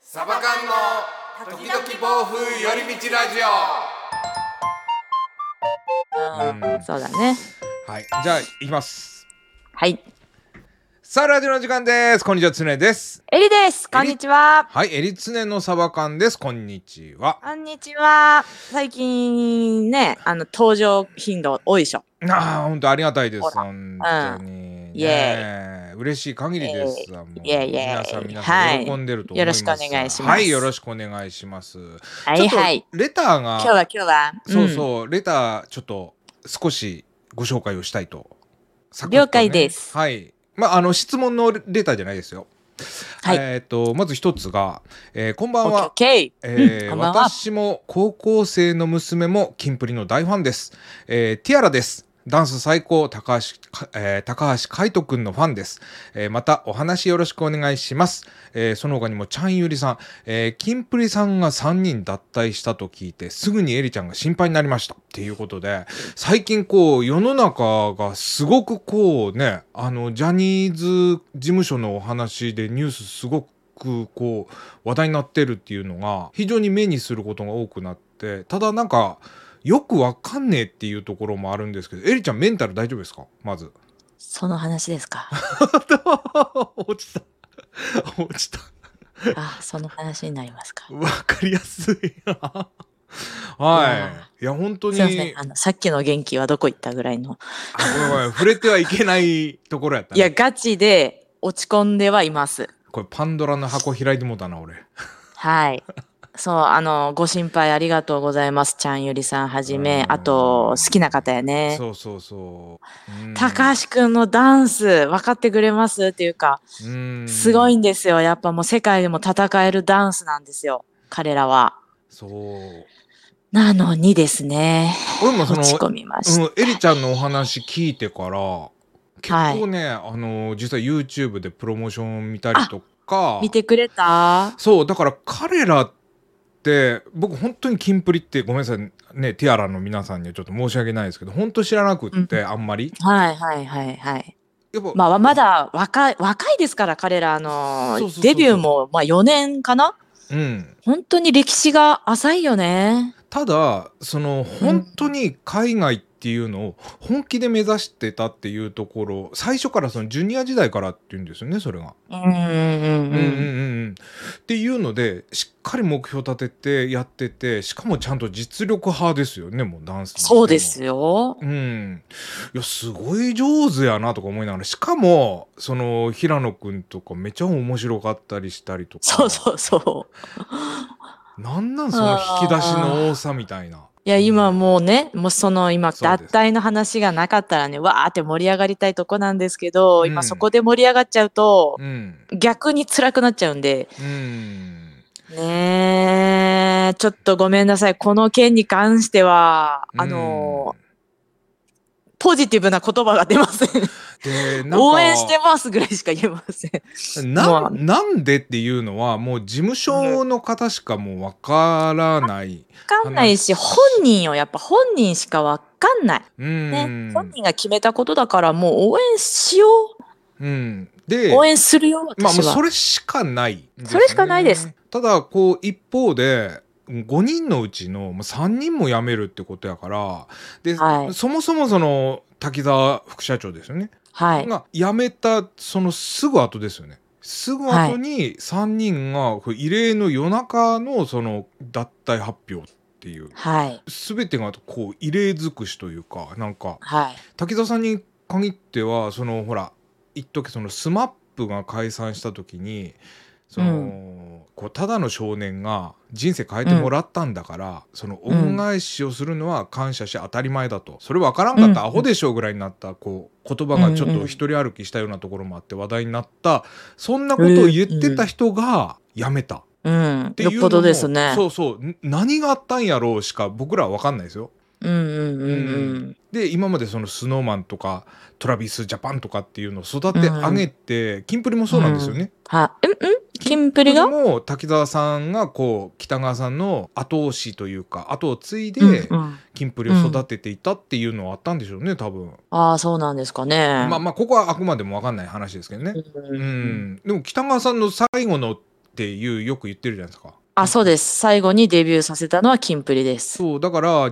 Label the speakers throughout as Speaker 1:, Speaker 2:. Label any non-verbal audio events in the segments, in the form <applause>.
Speaker 1: サバ缶の時々暴風寄り道ラジ
Speaker 2: うんそうだね。
Speaker 1: オはいじゃあいきます
Speaker 2: はい。
Speaker 1: さあラジオの時間ですこんにちはつねです
Speaker 2: エリです。こんにちは。
Speaker 1: はいえりつねのサバ缶ですこんにちは
Speaker 2: こんにちは。最近ね、あの登場頻度多いでしょ。
Speaker 1: ああ本当ありがたいです
Speaker 2: ほら
Speaker 1: 本当に、ね
Speaker 2: イエ
Speaker 1: 嬉しい限りです、もう
Speaker 2: イエイイエイ
Speaker 1: 皆さん皆さ
Speaker 2: は
Speaker 1: ん
Speaker 2: い
Speaker 1: 喜んでると思います、
Speaker 2: よろしくお願いします
Speaker 1: はいよろしくお願いします
Speaker 2: は
Speaker 1: ちょ
Speaker 2: い
Speaker 1: っと
Speaker 2: はい。
Speaker 1: レターが
Speaker 2: 今日は今日は。
Speaker 1: そう
Speaker 2: うん。
Speaker 1: そう、レターちょっと少しご紹介をしたいと。サクッと
Speaker 2: 了解です
Speaker 1: はい。まあ、あの質問のレターじゃないですよ。
Speaker 2: はい
Speaker 1: えっ、と、まず一つが、えーこんばん
Speaker 2: オッ
Speaker 1: は。
Speaker 2: ケーオッケー。
Speaker 1: えー
Speaker 2: うんこんばんは。
Speaker 1: 私も高校生の娘もキンプリの大ファンです、えーティアラですダンス最高高橋,か、えー高橋海人くんのファンです、えーまたお話よろしくお願いします、えーその他にもチャンユリさん、えーキンプリさんが3人脱退したと聞いてすぐにエリちゃんが心配になりましたっていうことで最近こう世の中がすごくこうねあのジャニーズ事務所のお話でニュースすごくこう話題になってるっていうのが非常に目にすることが多くなってただなんかよくわかんねえっていうところもあるんですけどエリちゃんメンタル大丈夫ですかまず
Speaker 2: その話です <laughs> か。
Speaker 1: <laughs> 落ちた落ちた
Speaker 2: あ、その話になりますか。
Speaker 1: わかりやすいな
Speaker 2: いや
Speaker 1: はいいや本当
Speaker 2: す
Speaker 1: に
Speaker 2: いません。あのさっきの元気はどこ行ったぐらいの。
Speaker 1: あごめんごめん触れてはいけないところやった、
Speaker 2: いや
Speaker 1: ね、
Speaker 2: ガチで落ち込んではいます。
Speaker 1: これパンドラの箱開いてもうたな俺
Speaker 2: はい。 <laughs> そうあのご心配ありがとうございます。ちゃんゆりさんはじめ
Speaker 1: う、ん
Speaker 2: あと好きな方やね。
Speaker 1: そうそうそう、うん
Speaker 2: 高橋くんのダンス分かってくれますっていうか、
Speaker 1: うん
Speaker 2: すごいんですよ。やっぱもう世界でも戦えるダンスなんですよ。彼らは。
Speaker 1: そう
Speaker 2: なのにですね、
Speaker 1: 俺もそ
Speaker 2: 落
Speaker 1: の
Speaker 2: ち込みまし
Speaker 1: うん、エリちゃんのお話聞いてから結
Speaker 2: はい
Speaker 1: 構ね、あの実は YouTube でプロモーションを見たりとか
Speaker 2: た。見てくれた
Speaker 1: そうだから彼らって僕本当にキンプリってごめんなさいねティアラの皆さんにはちょっと申し訳ないですけど本当知らなくって、あんまり
Speaker 2: はいはいはいはい。
Speaker 1: やっぱ、
Speaker 2: まあまだ若い、若いですから彼らあの
Speaker 1: そうそうそうそう
Speaker 2: デビューもまあ4年かな
Speaker 1: うん、
Speaker 2: 本当に歴史が浅いよね。
Speaker 1: ただその本当に海外っていうのを本気で目指してたっていうところ最初からそのジュニア時代からっていうんですよねそれが。
Speaker 2: うんうんうん
Speaker 1: うんうんうん
Speaker 2: うん。
Speaker 1: うんっていうのでしっかり目標立ててやっててしかもちゃんと実力派ですよねもうダンスにしても
Speaker 2: そうですよ。
Speaker 1: うんいやすごい上手やなとか思いながらしかもその平野くんとかめちゃ面白かったりしたりとか
Speaker 2: そうそうそう。
Speaker 1: なんなんその引き出しの多さみたいない
Speaker 2: や今もうねもうその今
Speaker 1: そう
Speaker 2: 脱
Speaker 1: です
Speaker 2: 退の話がなかったらねわーって盛り上がりたいとこなんですけど、
Speaker 1: うん
Speaker 2: 今そこで盛り上がっちゃうと
Speaker 1: うん
Speaker 2: 逆に辛くなっちゃうんで
Speaker 1: うん
Speaker 2: ねえちょっとごめんなさいこの件に関してはあのーポジティブな言葉が出ません
Speaker 1: ー、でなんか
Speaker 2: 応援してますぐらいしか言えません
Speaker 1: な
Speaker 2: まあ
Speaker 1: なんでっていうのはもう事務所の方しかもうわからない。
Speaker 2: 分かんないし本人よやっぱ本人しか分かんない、
Speaker 1: うん
Speaker 2: ね本人が決めたことだからもう応援しよう
Speaker 1: うん、で
Speaker 2: 応援するよ
Speaker 1: まあ
Speaker 2: 私
Speaker 1: もう
Speaker 2: は、
Speaker 1: それしかないですよね、
Speaker 2: それしかないです
Speaker 1: ただこう一方で5人のうちのまあ3人も辞めるってことやからで、
Speaker 2: はい
Speaker 1: そもそもその滝沢副社長ですよね、
Speaker 2: はい
Speaker 1: が辞めたそのすぐ後ですよねすぐ後に3人がこう異例の夜中のその脱退発表っていう
Speaker 2: はい
Speaker 1: 全てがこう異例尽くしというかなんか
Speaker 2: はい。
Speaker 1: 滝沢さんに限ってはそのほら一時そのスマップが解散した時にその、
Speaker 2: う
Speaker 1: こうただの少年が人生変えてもらったんだから、その恩返しをするのは感謝し当たり前だと、それ分からんかった、
Speaker 2: うん
Speaker 1: アホでしょうぐらいになったこう言葉がちょっと一人歩きしたようなところもあって話題になったそんなことを言ってた人が辞めたっ
Speaker 2: うん。
Speaker 1: てい
Speaker 2: よ
Speaker 1: う
Speaker 2: っ
Speaker 1: のも
Speaker 2: ぽどですね。
Speaker 1: そうそうん何があったんやろうしか僕らは分かんないですよ。
Speaker 2: うんうんうん
Speaker 1: う
Speaker 2: うん。
Speaker 1: で今までそのスノーマンとかトラビスジャパンとかっていうのを育て上げて、キンプリもそうなんですよね。
Speaker 2: は、うんうんキンプリが
Speaker 1: キンも滝沢さんがこう北川さんの後押しというか後を継いで
Speaker 2: うんうん
Speaker 1: キンプリを育てていたっていうのはあったんでしょうね多分。
Speaker 2: ああ、そうなんですかね。
Speaker 1: まあまあここはあくまでも分かんない話ですけどね。
Speaker 2: う
Speaker 1: うん
Speaker 2: ん
Speaker 1: でも北川さんの最後のっていうよく言ってるじゃないですか。
Speaker 2: あ、そうです。最後にデビューさせたのはキンプリです。
Speaker 1: そうだから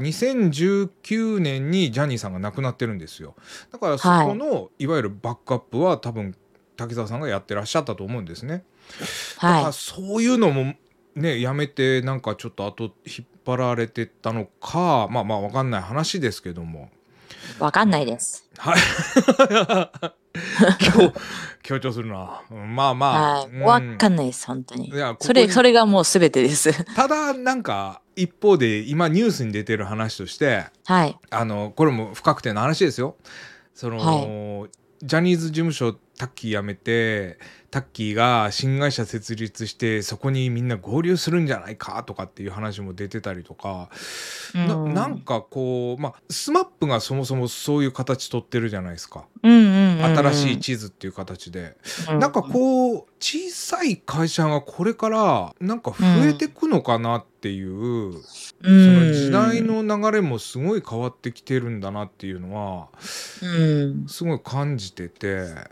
Speaker 1: 2019年にジャニーさんが亡くなってるんですよだからそこの、い、わゆるバックアップは多分滝沢さんがやってらっしゃったと思うんですね、だから
Speaker 2: は
Speaker 1: そういうのもねやめてなんかちょっと後引っ張られてったのかまあまあわかんない話ですけど
Speaker 2: <laughs>
Speaker 1: も
Speaker 2: い。わかんないです。
Speaker 1: はい強強調するなうんまあまあ、
Speaker 2: は
Speaker 1: う
Speaker 2: い。
Speaker 1: ん
Speaker 2: わかんないです、本当に
Speaker 1: い。やここ
Speaker 2: それ、
Speaker 1: に
Speaker 2: それがもうすべてです。 <laughs>
Speaker 1: ただなんか一方で今ニュースに出てる話として
Speaker 2: はい。
Speaker 1: あのこれも不確定な話ですよ。その、ジャニーズ事務所タッキー辞めてタッキーが新会社設立してそこにみんな合流するんじゃないかとかっていう話も出てたりとか、な
Speaker 2: うん
Speaker 1: なんかこうまあスマップがそもそもそういう形取ってるじゃないですか、
Speaker 2: うんうんうんうん。
Speaker 1: 新しい地図っていう形で、
Speaker 2: うん
Speaker 1: なんかこう小さい会社がこれからなんか増えてくのかなっていう。
Speaker 2: う
Speaker 1: そ
Speaker 2: ん、
Speaker 1: の時代の流れもすごい変わってきてるんだなっていうのは
Speaker 2: うん、
Speaker 1: すごい感じててだか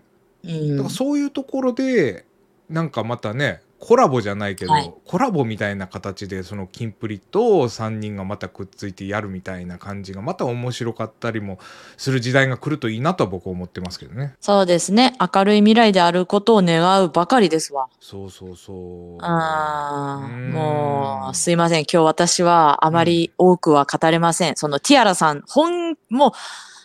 Speaker 2: うん、
Speaker 1: らそういうところでなんかまたねコラボじゃないけど、
Speaker 2: はい
Speaker 1: コラボみたいな形でそのキンプリと3人がまたくっついてやるみたいな感じがまた面白かったりもする時代が来るといいなとは僕は思ってますけどね。
Speaker 2: そうですね。明るい未来であることを願うばかりですわ。
Speaker 1: そうそうそう。
Speaker 2: あ
Speaker 1: う
Speaker 2: あ、
Speaker 1: ん
Speaker 2: もう、すいません。今日私はあまり多くは語れません。そのティアラさん、本、もう、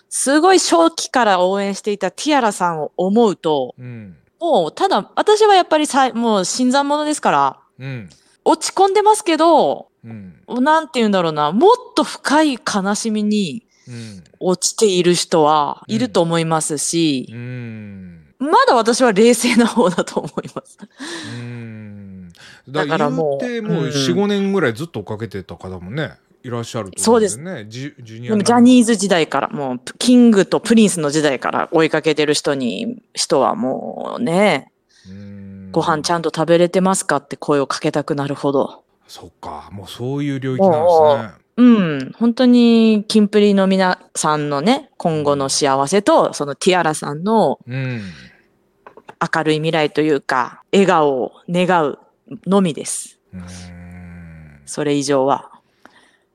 Speaker 2: すごい正期から応援していたティアラさんを思うと、
Speaker 1: うん。
Speaker 2: もう、ただ、私はやっぱりさい、もう、新参者ですから、
Speaker 1: うん。
Speaker 2: 落ち込んでますけど、
Speaker 1: うん。
Speaker 2: なんて言うんだろうな、もっと深い悲しみに
Speaker 1: うん。
Speaker 2: 落ちている人はいると思いますし、
Speaker 1: うん。
Speaker 2: まだ私は冷静な方だと思います。
Speaker 1: うんだ
Speaker 2: だ
Speaker 1: か
Speaker 2: からら
Speaker 1: も
Speaker 2: も
Speaker 1: う
Speaker 2: う
Speaker 1: 言うてもう
Speaker 2: うん
Speaker 1: 45、年ぐらいずっと追っかけてた方もねいらっしゃると思
Speaker 2: そ
Speaker 1: うん
Speaker 2: う
Speaker 1: で
Speaker 2: ですす
Speaker 1: ねジュジュニア
Speaker 2: でもジャ
Speaker 1: ー
Speaker 2: ニーズ時代から、もうキングとプリンスの時代から追いかけてる人に、人はもうね、ご飯ち
Speaker 1: ゃん
Speaker 2: ゃんと食べれてますかって声をかけたくなるほど。
Speaker 1: そっかもうそういう領域なんですね
Speaker 2: うん、本当にキンプリの皆さんのね、今後の幸せと、そのティアラさんの
Speaker 1: うん
Speaker 2: 明るい未来というか、笑顔を願うのみです。
Speaker 1: うーん
Speaker 2: それ以上は。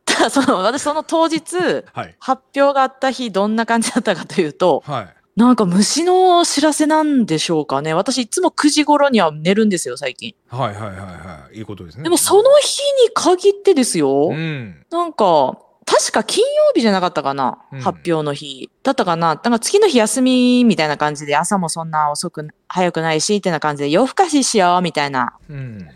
Speaker 2: ただ、その、私、その当日、
Speaker 1: はい
Speaker 2: 発表があった日、どんな感じだったかというと、
Speaker 1: はい
Speaker 2: なんか虫の知らせなんでしょうかね。私、いつも9時頃には寝るんですよ、最近。
Speaker 1: はいはいはいはいいいことですね
Speaker 2: でも、その日に限ってですよ。
Speaker 1: うん
Speaker 2: なんか、確か金曜日じゃなかったかな、
Speaker 1: うん
Speaker 2: 発表の日。だったかななんか次の日休みみたいな感じで、朝もそんな遅く、早くないし、ってな感じで、夜更かししようみたいな
Speaker 1: うん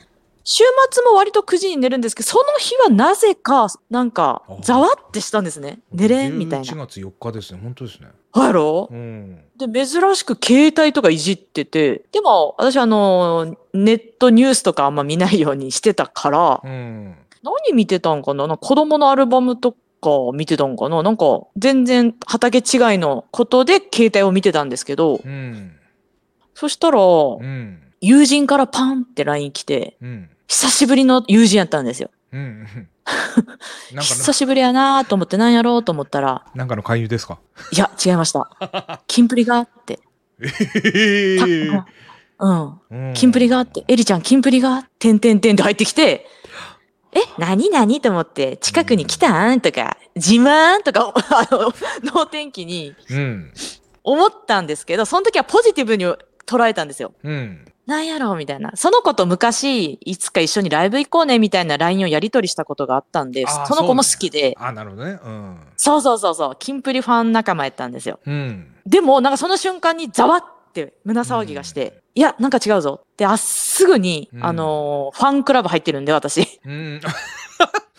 Speaker 2: 週末も割と9時に寝るんですけど、その日はなぜか、なんか
Speaker 1: あ、
Speaker 2: ざわってしたんですね。寝れんみたい
Speaker 1: 1
Speaker 2: な。
Speaker 1: 月4日ですね本当ですね
Speaker 2: はいやろ
Speaker 1: うん
Speaker 2: で、珍しく携帯とかいじってて、でも、私あの、ネットニュースとかあんま見ないようにしてたから、
Speaker 1: うん
Speaker 2: 何見てたんかななんか子供のアルバムとか見てたんかななんか、全然畑違いのことで携帯を見てたんですけど
Speaker 1: う、ん
Speaker 2: そしたら、
Speaker 1: うん
Speaker 2: 友人からパンって LINE 来て、
Speaker 1: うん
Speaker 2: 久しぶりの友人やったんですよ。
Speaker 1: うんうん
Speaker 2: <laughs>
Speaker 1: なんか
Speaker 2: 久
Speaker 1: の
Speaker 2: しぶりやなと思って何やろうと思ったら、
Speaker 1: なんかの勧誘です
Speaker 2: <laughs>
Speaker 1: か
Speaker 2: いや、違いました。
Speaker 1: <laughs>
Speaker 2: キンプリがあって。
Speaker 1: へー
Speaker 2: たうん。
Speaker 1: うん
Speaker 2: キンプリがあって、エリちゃん、キンプリが、てんてんてんって入ってきて、え、何何と思って、近くに来たんとか、自慢とか、 <laughs> あの、脳天気に
Speaker 1: うん
Speaker 2: 思ったんですけど、その時はポジティブに捉えたんですよ。
Speaker 1: うん
Speaker 2: なんやろうみたいな。その子と昔、いつか一緒にライブ行こうねみたいな LINE をやり取りしたことがあったんで
Speaker 1: あー、
Speaker 2: その子も好きで、
Speaker 1: あなるほどねうん
Speaker 2: そうそうそうそう、キンプリファン仲間やったんですよ。
Speaker 1: うん
Speaker 2: でも、なんかその瞬間にざわって胸騒ぎがして、いや、なんか違うぞって、あっすぐに、
Speaker 1: うん
Speaker 2: あのーファンクラブ入ってるんで、私。 <laughs> フ
Speaker 1: うん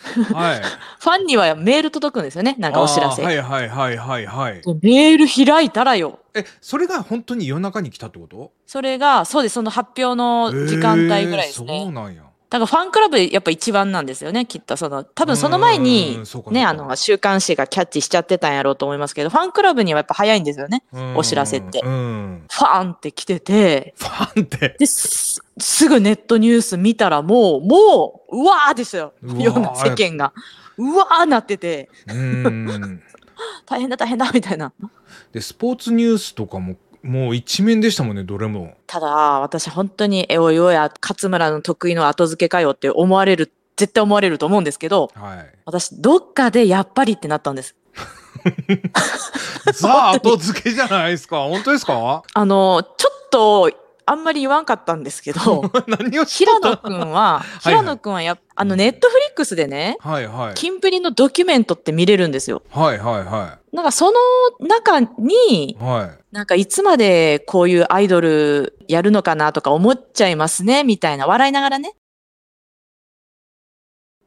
Speaker 1: <laughs> はい
Speaker 2: ァンにはメール届くんですよね、なんかお知らせ。
Speaker 1: あーはいはいはいはいはい
Speaker 2: でメール開いたらよ。
Speaker 1: えそれが本当に夜中に来たってこと
Speaker 2: それが、そうです、その発表の時間帯ぐらいです
Speaker 1: えーそう
Speaker 2: ね。
Speaker 1: なんや
Speaker 2: だからファンクラブやっぱ一番なんですよね、きっと。その、多分その前
Speaker 1: うんうんう
Speaker 2: に
Speaker 1: んそうかそう、か
Speaker 2: ね、あの、週刊誌がキャッチしちゃってたんやろうと思いますけど、ファンクラブにはやっぱ早いんですよね。
Speaker 1: うん
Speaker 2: お知らせって
Speaker 1: うん
Speaker 2: ファンって来てて、
Speaker 1: ファンって
Speaker 2: <laughs> ですすぐネットニュース見たらもうもううわーですよ
Speaker 1: うわー
Speaker 2: 世の世間がうわーなってて
Speaker 1: うん
Speaker 2: 大変だ大変だみたいな
Speaker 1: でスポーツニュースとかももう一面でしたもんね、どれも。
Speaker 2: ただ、私本当に、えおいおい、あ勝村の得意の後付けかよって思われる、絶対思われると思うんですけど、
Speaker 1: はい。
Speaker 2: <laughs> 私、どっかでやっぱりってなったんです。
Speaker 1: ザ後付けじゃないですか。本当ですか <laughs>
Speaker 2: あの、ちょっと、あんまり言わんかったんです
Speaker 1: <laughs>
Speaker 2: けど、
Speaker 1: 何をし
Speaker 2: 平野くんは、
Speaker 1: い
Speaker 2: 平野くんはやっあの、ネットフリックスでね、
Speaker 1: はいはい。
Speaker 2: キンプリのドキュメントって見れるんですよ。
Speaker 1: はいはいは
Speaker 2: なんかその中に
Speaker 1: い。、はい。
Speaker 2: なんかいつまでこういうアイドルやるのかなとか思っちゃいますね、みたいな、笑いながらね。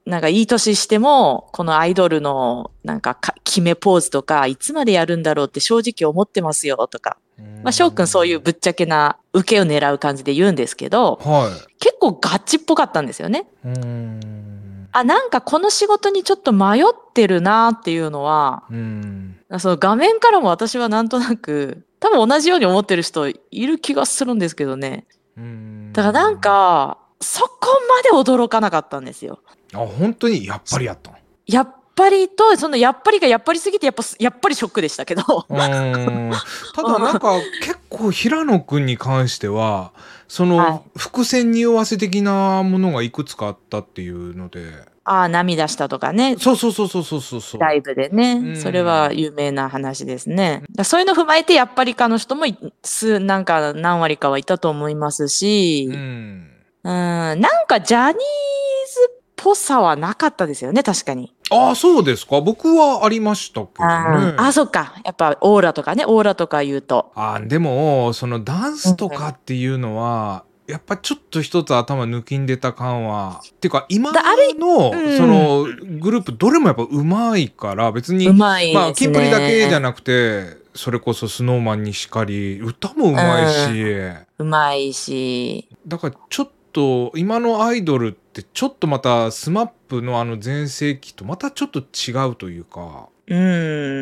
Speaker 2: なんかいい年しても、このアイドルのなんかか決めポーズとか、いつまでやるんだろうって正直思ってますよとか。まあ、翔くんそういうぶっちゃけな受けを狙う感じで言うんですけど、
Speaker 1: は
Speaker 2: 結構ガチっぽかったんですよね。
Speaker 1: い。うーん。
Speaker 2: あ、なんかこの仕事にちょっと迷ってるなっていうのは、
Speaker 1: うーん。
Speaker 2: その画面からも私はなんとなく、多分同じように思ってる人いる気がするんですけどね。
Speaker 1: うーん
Speaker 2: だからなん、か、そこまで驚かなかったんですよ。
Speaker 1: あ、本当にやっぱりやったの。
Speaker 2: やっぱりと、そのやっぱりがやっぱりすぎて、やっぱ、やっぱりショックでしたけど。 <laughs>
Speaker 1: うーん <laughs> ただなんか結構平野くんに関してはそ
Speaker 2: はい
Speaker 1: の伏線に合わせ的なものがいくつかあったっていうので
Speaker 2: ああ、涙したとかね。
Speaker 1: そうそうそうそうそうそうそう
Speaker 2: ライブで
Speaker 1: う
Speaker 2: ね。
Speaker 1: ん
Speaker 2: それは有名な話ですね。だそういうの踏まえて、やっぱりかの人もい、数、なんか何割かはいたと思いますし、
Speaker 1: う
Speaker 2: うん、
Speaker 1: ん
Speaker 2: なんかジャニーズっぽさはなかったですよね、確かに。
Speaker 1: ああそうですか僕はありましたけど
Speaker 2: あ
Speaker 1: ね
Speaker 2: ーあ、そっか。やっぱオーラとかね、オーラとか言うと。
Speaker 1: あーでもそのダンスとかっていうのはやっぱちょっと一つ頭抜きんでた感はっていうか今
Speaker 2: だあ
Speaker 1: の
Speaker 2: うん
Speaker 1: そのグループどれもやっぱうまいから別に
Speaker 2: うまいですね。
Speaker 1: まあ、キンプリだけじゃ
Speaker 2: な
Speaker 1: なくて、それこそスノーマンにしかり、歌もうまいし、
Speaker 2: うまいし。
Speaker 1: だからちょっと、今のアイドルってちょっとまたスマップのあの全盛期とまたちょっと違うというか、
Speaker 2: うー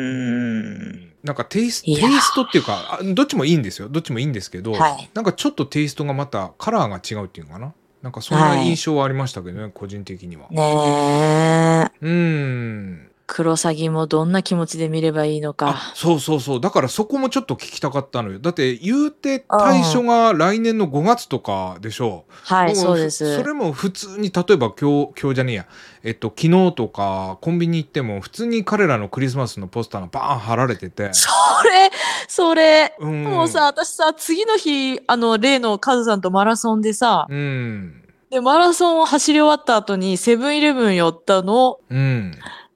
Speaker 2: ん。
Speaker 1: なんかテイステ
Speaker 2: い
Speaker 1: イ
Speaker 2: やー
Speaker 1: ストっていうか、あどっちもいいんですよ。どっちもいいんですけど、
Speaker 2: はい
Speaker 1: なんかちょっとテイストがまたカラーが違うっていうのかな。なんかそんな印象はありましたけどね、個人的には。
Speaker 2: ねえ。
Speaker 1: うん。
Speaker 2: クロサギもどんな気持ちで見ればいいの
Speaker 1: あ
Speaker 2: か。
Speaker 1: そうそうそうだからそこもちょっと聞きたかったのよだって言うて対象が来年の5月とかでしょう
Speaker 2: はい、
Speaker 1: も
Speaker 2: そうです。
Speaker 1: それも普通に例えば今日今日じゃねえやえっと昨日とかコンビニ行っても普通に彼らのクリスマスのポスターがバーン貼られてて
Speaker 2: それ、それ。
Speaker 1: うん
Speaker 2: もうさ、私さ、次の日、あの、例のカズさんとマラソンでさ、
Speaker 1: うん
Speaker 2: で、マラソンを走り終わった後に、セブンイレブン寄ったの。
Speaker 1: うん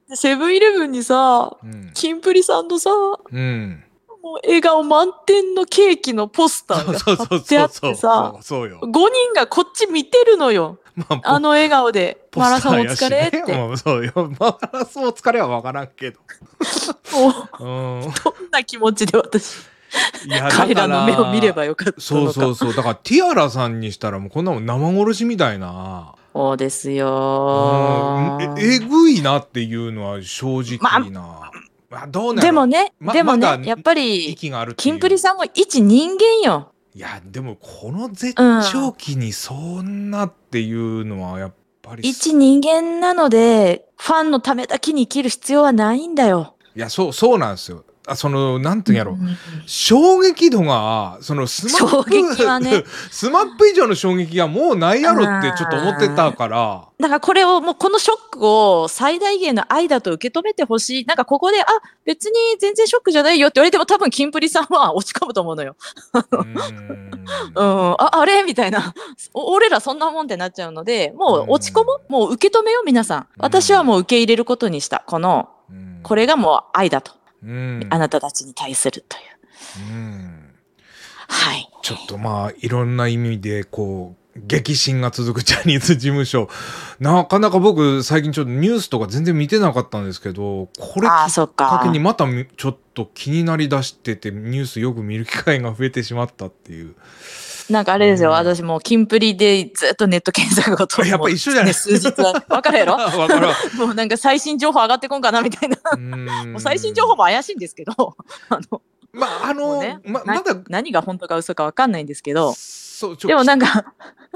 Speaker 2: でセブンイレブンにさ、
Speaker 1: うん
Speaker 2: キンプリさんのさ、
Speaker 1: うん
Speaker 2: もう笑顔満点のケーキのポスターが
Speaker 1: そうそう
Speaker 2: 貼
Speaker 1: そう
Speaker 2: ってあ
Speaker 1: そうそ
Speaker 2: って
Speaker 1: う
Speaker 2: さ
Speaker 1: そう、そうよ
Speaker 2: 5人がこっち見てるのよ。
Speaker 1: まあポ
Speaker 2: あの笑顔で、
Speaker 1: ポ
Speaker 2: マラ
Speaker 1: スタ
Speaker 2: ソンお
Speaker 1: ーやし
Speaker 2: 疲れって。
Speaker 1: ね
Speaker 2: も
Speaker 1: もうそうよマラソンお疲れは分からんけどう
Speaker 2: う、
Speaker 1: ん
Speaker 2: どんな気持ちで私、
Speaker 1: いやだから
Speaker 2: 彼らの目を見ればよかったのか。
Speaker 1: そうそうそう。だから、ティアラさんにしたらもうこんなもん生殺しみたいな。
Speaker 2: そうです
Speaker 1: う
Speaker 2: よ
Speaker 1: んええぐいなっていうのは正直な。まあ、どうなの
Speaker 2: でもね、
Speaker 1: ま
Speaker 2: でも
Speaker 1: まだ
Speaker 2: ね、やっぱり、
Speaker 1: 息があるっていう
Speaker 2: キンプリさんも一人間よ。
Speaker 1: いや、でもこの絶頂期にそんなっていうのはやっぱり。
Speaker 2: 一人間なので、ファンのためだけに生きる必要はないんだよ。
Speaker 1: いや、そう、そうなんですよ。あ、その、なんていうんやろ。
Speaker 2: ん
Speaker 1: 衝撃度が、そのスマップ、
Speaker 2: 衝撃はね
Speaker 1: <laughs> スマップ以上の衝撃がもうないやろってちょっと思ってたから。
Speaker 2: だからこれをもうこのショックを最大限の愛だと受け止めてほしい。なんかここで、あ、別に全然ショックじゃないよって言われても多分キンプリさんは <laughs> 落ち込むと思うのよ。
Speaker 1: うん
Speaker 2: うん、あ、あれみたいな。 <laughs> お俺らそんなもんってなっちゃうので、もう落ち込もうもう受け止めよう、皆さん。私はもう受け入れることにした。この、
Speaker 1: うん
Speaker 2: これがもう愛だと。
Speaker 1: うん
Speaker 2: あなたたちに対するという。
Speaker 1: うん
Speaker 2: はい。
Speaker 1: ちょっとまあいろんな意味でこう激震が続くジャニーズ事務所なかなか僕最近ちょっとニュースとか全然見てなかったんですけどこれき
Speaker 2: ああ、
Speaker 1: っ
Speaker 2: そっ
Speaker 1: か
Speaker 2: か
Speaker 1: け。にまたみちょっと気になりだしててニュースよく見る機会が増えてしまったっていう
Speaker 2: なんかあれですよ、
Speaker 1: うん
Speaker 2: 私もうキンプリでずっとネット検索を取
Speaker 1: やっぱ一緒じゃない
Speaker 2: 数日は。わかる
Speaker 1: <laughs>
Speaker 2: やろ
Speaker 1: わからん
Speaker 2: もうなんか最新情報上がってこんかなみたいな。
Speaker 1: うん
Speaker 2: もう最新情報も怪しいんですけど、 <laughs> あの、
Speaker 1: まああ
Speaker 2: も
Speaker 1: の、
Speaker 2: うね
Speaker 1: ま
Speaker 2: な
Speaker 1: まだ
Speaker 2: 何が本当か嘘かわかんないんですけど、
Speaker 1: そうちょ
Speaker 2: でもなんか、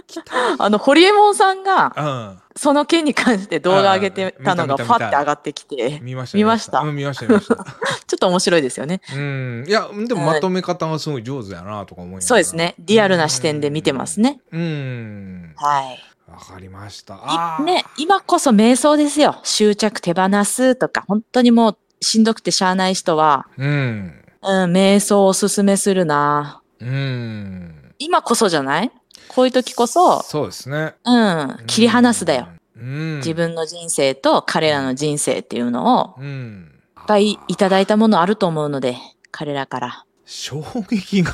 Speaker 1: きたい。
Speaker 2: <laughs> あの、ホリエモンさんが、
Speaker 1: うん。
Speaker 2: その件に関して動画上げてたの
Speaker 1: あー見た見
Speaker 2: が、
Speaker 1: た
Speaker 2: ファって上がってきて、
Speaker 1: 見ました。
Speaker 2: 見ました
Speaker 1: うん見ました、見ました。 <laughs>
Speaker 2: ちょっと面白いですよね。
Speaker 1: うん。いや、でもまとめ方がすごい上手やなとか思いながら
Speaker 2: そうですね。リアルな視点で見てます。ね。
Speaker 1: うん。
Speaker 2: はい。
Speaker 1: わかりました。あ
Speaker 2: い
Speaker 1: ー
Speaker 2: ね、今こそ瞑想ですよ。執着手放すとか、本当にもうしんどくてしゃあない人は、
Speaker 1: うん。
Speaker 2: うん、瞑想をおすすめするな。
Speaker 1: うん。
Speaker 2: 今こそじゃないこういう時こそ、
Speaker 1: そうですね。
Speaker 2: うん、切り離すだよ。。
Speaker 1: うん。
Speaker 2: 自分の人生と彼らの人生っていうのを、いっ
Speaker 1: うん。いっ
Speaker 2: ぱいいただいたものあると思うので、彼らから。
Speaker 1: 衝撃が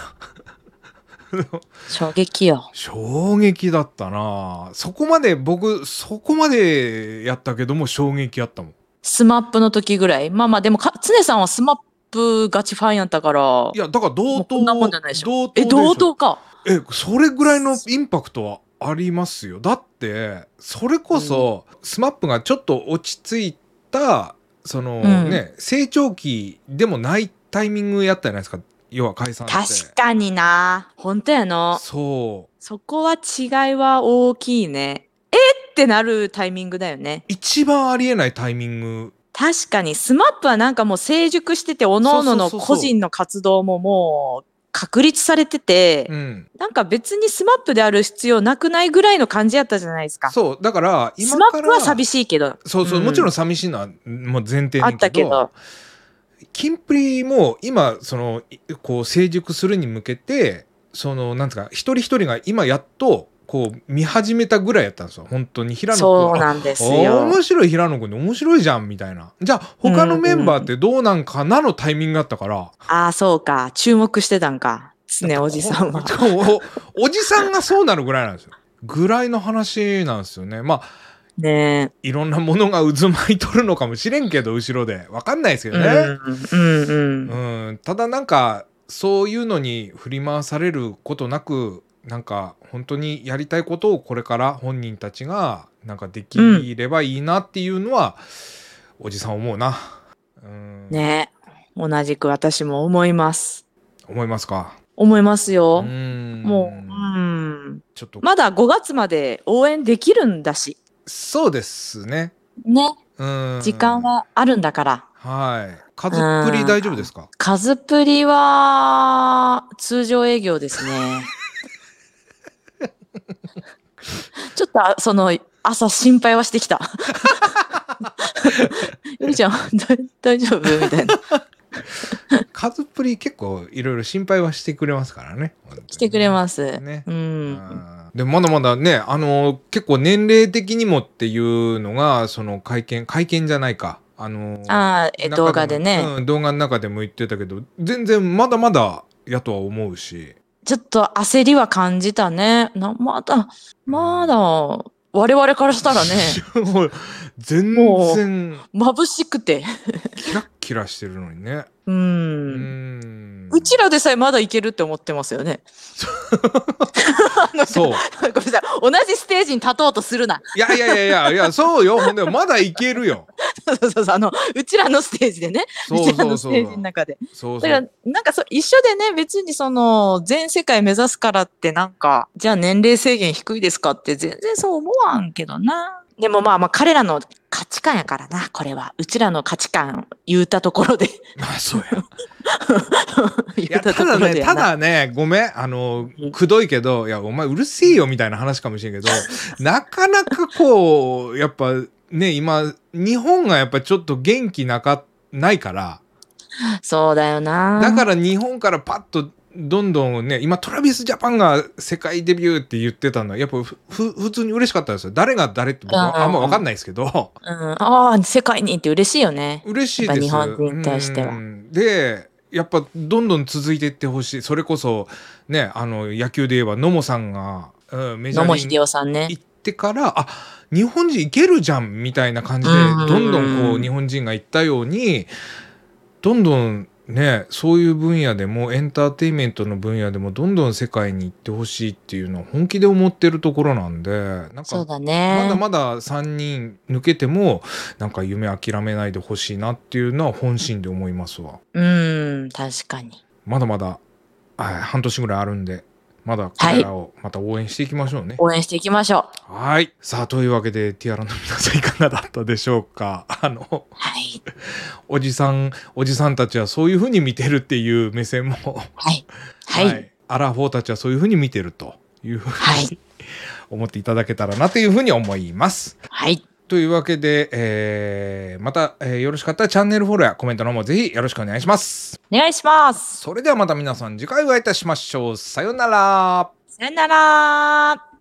Speaker 2: 衝撃よ。
Speaker 1: 衝撃だったなそこまで僕そこまでやったけども衝撃やったもん
Speaker 2: スマップの時ぐらい。まあまあ、でもか、常さんはスマップガチファンやったから
Speaker 1: い、やだから同
Speaker 2: も
Speaker 1: 等
Speaker 2: うこんなもんじゃないでしょ
Speaker 1: 同等
Speaker 2: え、
Speaker 1: でしょ
Speaker 2: 同等か。
Speaker 1: えそれぐらいのインパクトはありますよだってそれこそ、スマップがちょっと落ち着いたその、
Speaker 2: うん
Speaker 1: ね成長期でもないタイミングやったじゃないですか要は解散して
Speaker 2: 確かにな。本当やの。
Speaker 1: そう
Speaker 2: そこは違いは大きいね。えってなるタイミングだよね。
Speaker 1: 一番ありえないタイミング
Speaker 2: 確かに、スマップはなんかもう成熟してて、各
Speaker 1: そ
Speaker 2: 々の
Speaker 1: うそうそうそう
Speaker 2: 個人の活動ももう確立されてて、
Speaker 1: うん
Speaker 2: なんか別にスマップである必要なくないぐらいの感じやったじゃないですか。
Speaker 1: そうだから今
Speaker 2: スマ
Speaker 1: か
Speaker 2: ッ
Speaker 1: ら
Speaker 2: プは寂しいけど。
Speaker 1: そうそう、
Speaker 2: うん
Speaker 1: もちろん寂しいのはもう前提に
Speaker 2: あったけど。
Speaker 1: キンプリも今そのいこう成熟するに向けてそのなんですか一人一人が今やっとこう見始めたぐらいやったんですよ本当に平野君
Speaker 2: そう
Speaker 1: あ
Speaker 2: なんですよ。
Speaker 1: 面白い平野君で面白いじゃんみたいなじゃあ他のメンバーってどうなんかなのタイミングだったから、
Speaker 2: ああ、そうか。注目してたんか。常おじさんは。
Speaker 1: おおおじさんがそうなるぐらいなんですよぐらいの話なんですよねまあ
Speaker 2: ね
Speaker 1: いろんなものが渦巻いとるのかもしれんけど後ろでわかんないですけど
Speaker 2: え。
Speaker 1: ね、
Speaker 2: うんうんうん。
Speaker 1: うん、ただなんかそういうのに振り回されることなくなんか本当にやりたいことをこれから本人たちがなんかできればいいなっていうのは、おじさん思うな、うん
Speaker 2: ねえ。同じく私も思います。
Speaker 1: 思いますか
Speaker 2: 思いますよ。
Speaker 1: ん
Speaker 2: もう、うん。
Speaker 1: ちょっと、
Speaker 2: まだ5月まで応援できるんだし。
Speaker 1: そうですね、
Speaker 2: ね。
Speaker 1: うん、
Speaker 2: 時間はあるんだから。
Speaker 1: はい数っぷり大丈夫ですか
Speaker 2: 数プリは、通常営業ですね。
Speaker 1: <laughs>
Speaker 2: ちょっとあ、その、朝心配はし
Speaker 1: <laughs>
Speaker 2: てきた。ゆりちゃん、だ大丈夫みたいな。
Speaker 1: 数っぷり結構いろいろ心配はしてくれますからね
Speaker 2: してくれます。
Speaker 1: ね
Speaker 2: うん。
Speaker 1: でもまだまだね、あの結構年齢的にもっていうのが、その会見、会見じゃないか。あの
Speaker 2: ああ、え、
Speaker 1: 中も
Speaker 2: 動画でね。
Speaker 1: うん動画の中でも言ってたけど、全然まだまだやとは思うし。
Speaker 2: ちょっと焦りは感じたね。なまだ、まだ、我々からしたらね、
Speaker 1: もう <laughs> 全然
Speaker 2: 眩しくて。
Speaker 1: キラッキラしてるのにね。
Speaker 2: う。
Speaker 1: うんん。
Speaker 2: うちらでさえまだいけるって思ってますよね。
Speaker 1: そう。
Speaker 2: <laughs> ごめんなさい。同じステージに立とうとするな。 <laughs>
Speaker 1: いやいやいやいや、いや、そうよ。ほんで、まだいけるよ。
Speaker 2: そうそうそう。あの、うちらのステージでね。
Speaker 1: そ
Speaker 2: う
Speaker 1: う
Speaker 2: ちら
Speaker 1: そ
Speaker 2: の
Speaker 1: う
Speaker 2: ス
Speaker 1: そ
Speaker 2: テージの
Speaker 1: う。
Speaker 2: 中で。
Speaker 1: そう
Speaker 2: だ
Speaker 1: そ
Speaker 2: か
Speaker 1: う。
Speaker 2: ら、なんかそう、一緒でね、別にその、全世界目指すからってなんか、じゃあ年齢制限低いですかって全然そう思わんけどな。でもまあまあ、彼らの価値観やからな、これは。うちらの価値観言うたところで。 <laughs>
Speaker 1: まあ、そうや。
Speaker 2: 言
Speaker 1: いや、
Speaker 2: うた
Speaker 1: た
Speaker 2: ところ
Speaker 1: だ
Speaker 2: で
Speaker 1: ね、
Speaker 2: やな
Speaker 1: ただね、ごめん、あの
Speaker 2: うん、
Speaker 1: くどいけど、いや、お前うるせえよみたいな話かもしれんけど、
Speaker 2: <laughs>
Speaker 1: なかなかこう、やっぱね、今、日本がやっぱちょっと元気なか、ないから、
Speaker 2: そうだよな。、
Speaker 1: だからら日本からパッと、どんどんね、今、トラビスジャパンが世界デビューって言ってたのは、やっぱふ、ふ普通に嬉しかったですよ。誰が誰って僕はあんまわかんないですけど、
Speaker 2: うん、ああ、世界にって嬉しいよね。
Speaker 1: 嬉しいです
Speaker 2: やっぱ日本人に対しては
Speaker 1: うんでやっぱどんどん続いていってほしいそれこそねあの野球で言えば野茂さんが、うん、メジャ
Speaker 2: 野
Speaker 1: ー
Speaker 2: 茂
Speaker 1: リー
Speaker 2: 英雄さんね。
Speaker 1: 行ってからあ日本人いけるじゃんみたいな感じで
Speaker 2: うん
Speaker 1: どんどんこう日本人が行ったようにどんどんねそういう分野でもエンターテインメントの分野でもどんどん世界に行ってほしいっていうのを本気で思ってるところなんでなん
Speaker 2: そ
Speaker 1: か
Speaker 2: うだ
Speaker 1: ま
Speaker 2: ね。
Speaker 1: だまだ3人抜けてもなんか夢諦めないでほしいなっていうのは本心で思いますわ
Speaker 2: うん、確かに。
Speaker 1: まだまだあ半年ぐらいあるんでまだ彼らをまた応援していきましょうね。
Speaker 2: 応援していきましょ
Speaker 1: はい。さあ、というわけで、ティアラの皆さんいかがだったでしょうか。 <laughs> あの
Speaker 2: う。、はい。
Speaker 1: おじさん、おじさんたちはそういうふうに見てるっていう目線も、
Speaker 2: はい。はい。
Speaker 1: アラフォーたちはそういうふうに見てるというふうに、
Speaker 2: はい
Speaker 1: 思っていただけたらなというふうに思います。
Speaker 2: はい。
Speaker 1: というわけで、えーまた、えーよろしかったらチャンネルフォローやコメントの方もぜひよろしくお願いします。
Speaker 2: お願いします。
Speaker 1: それではまた皆さん次回お会いいたしましょう。さようなら。
Speaker 2: さよなら。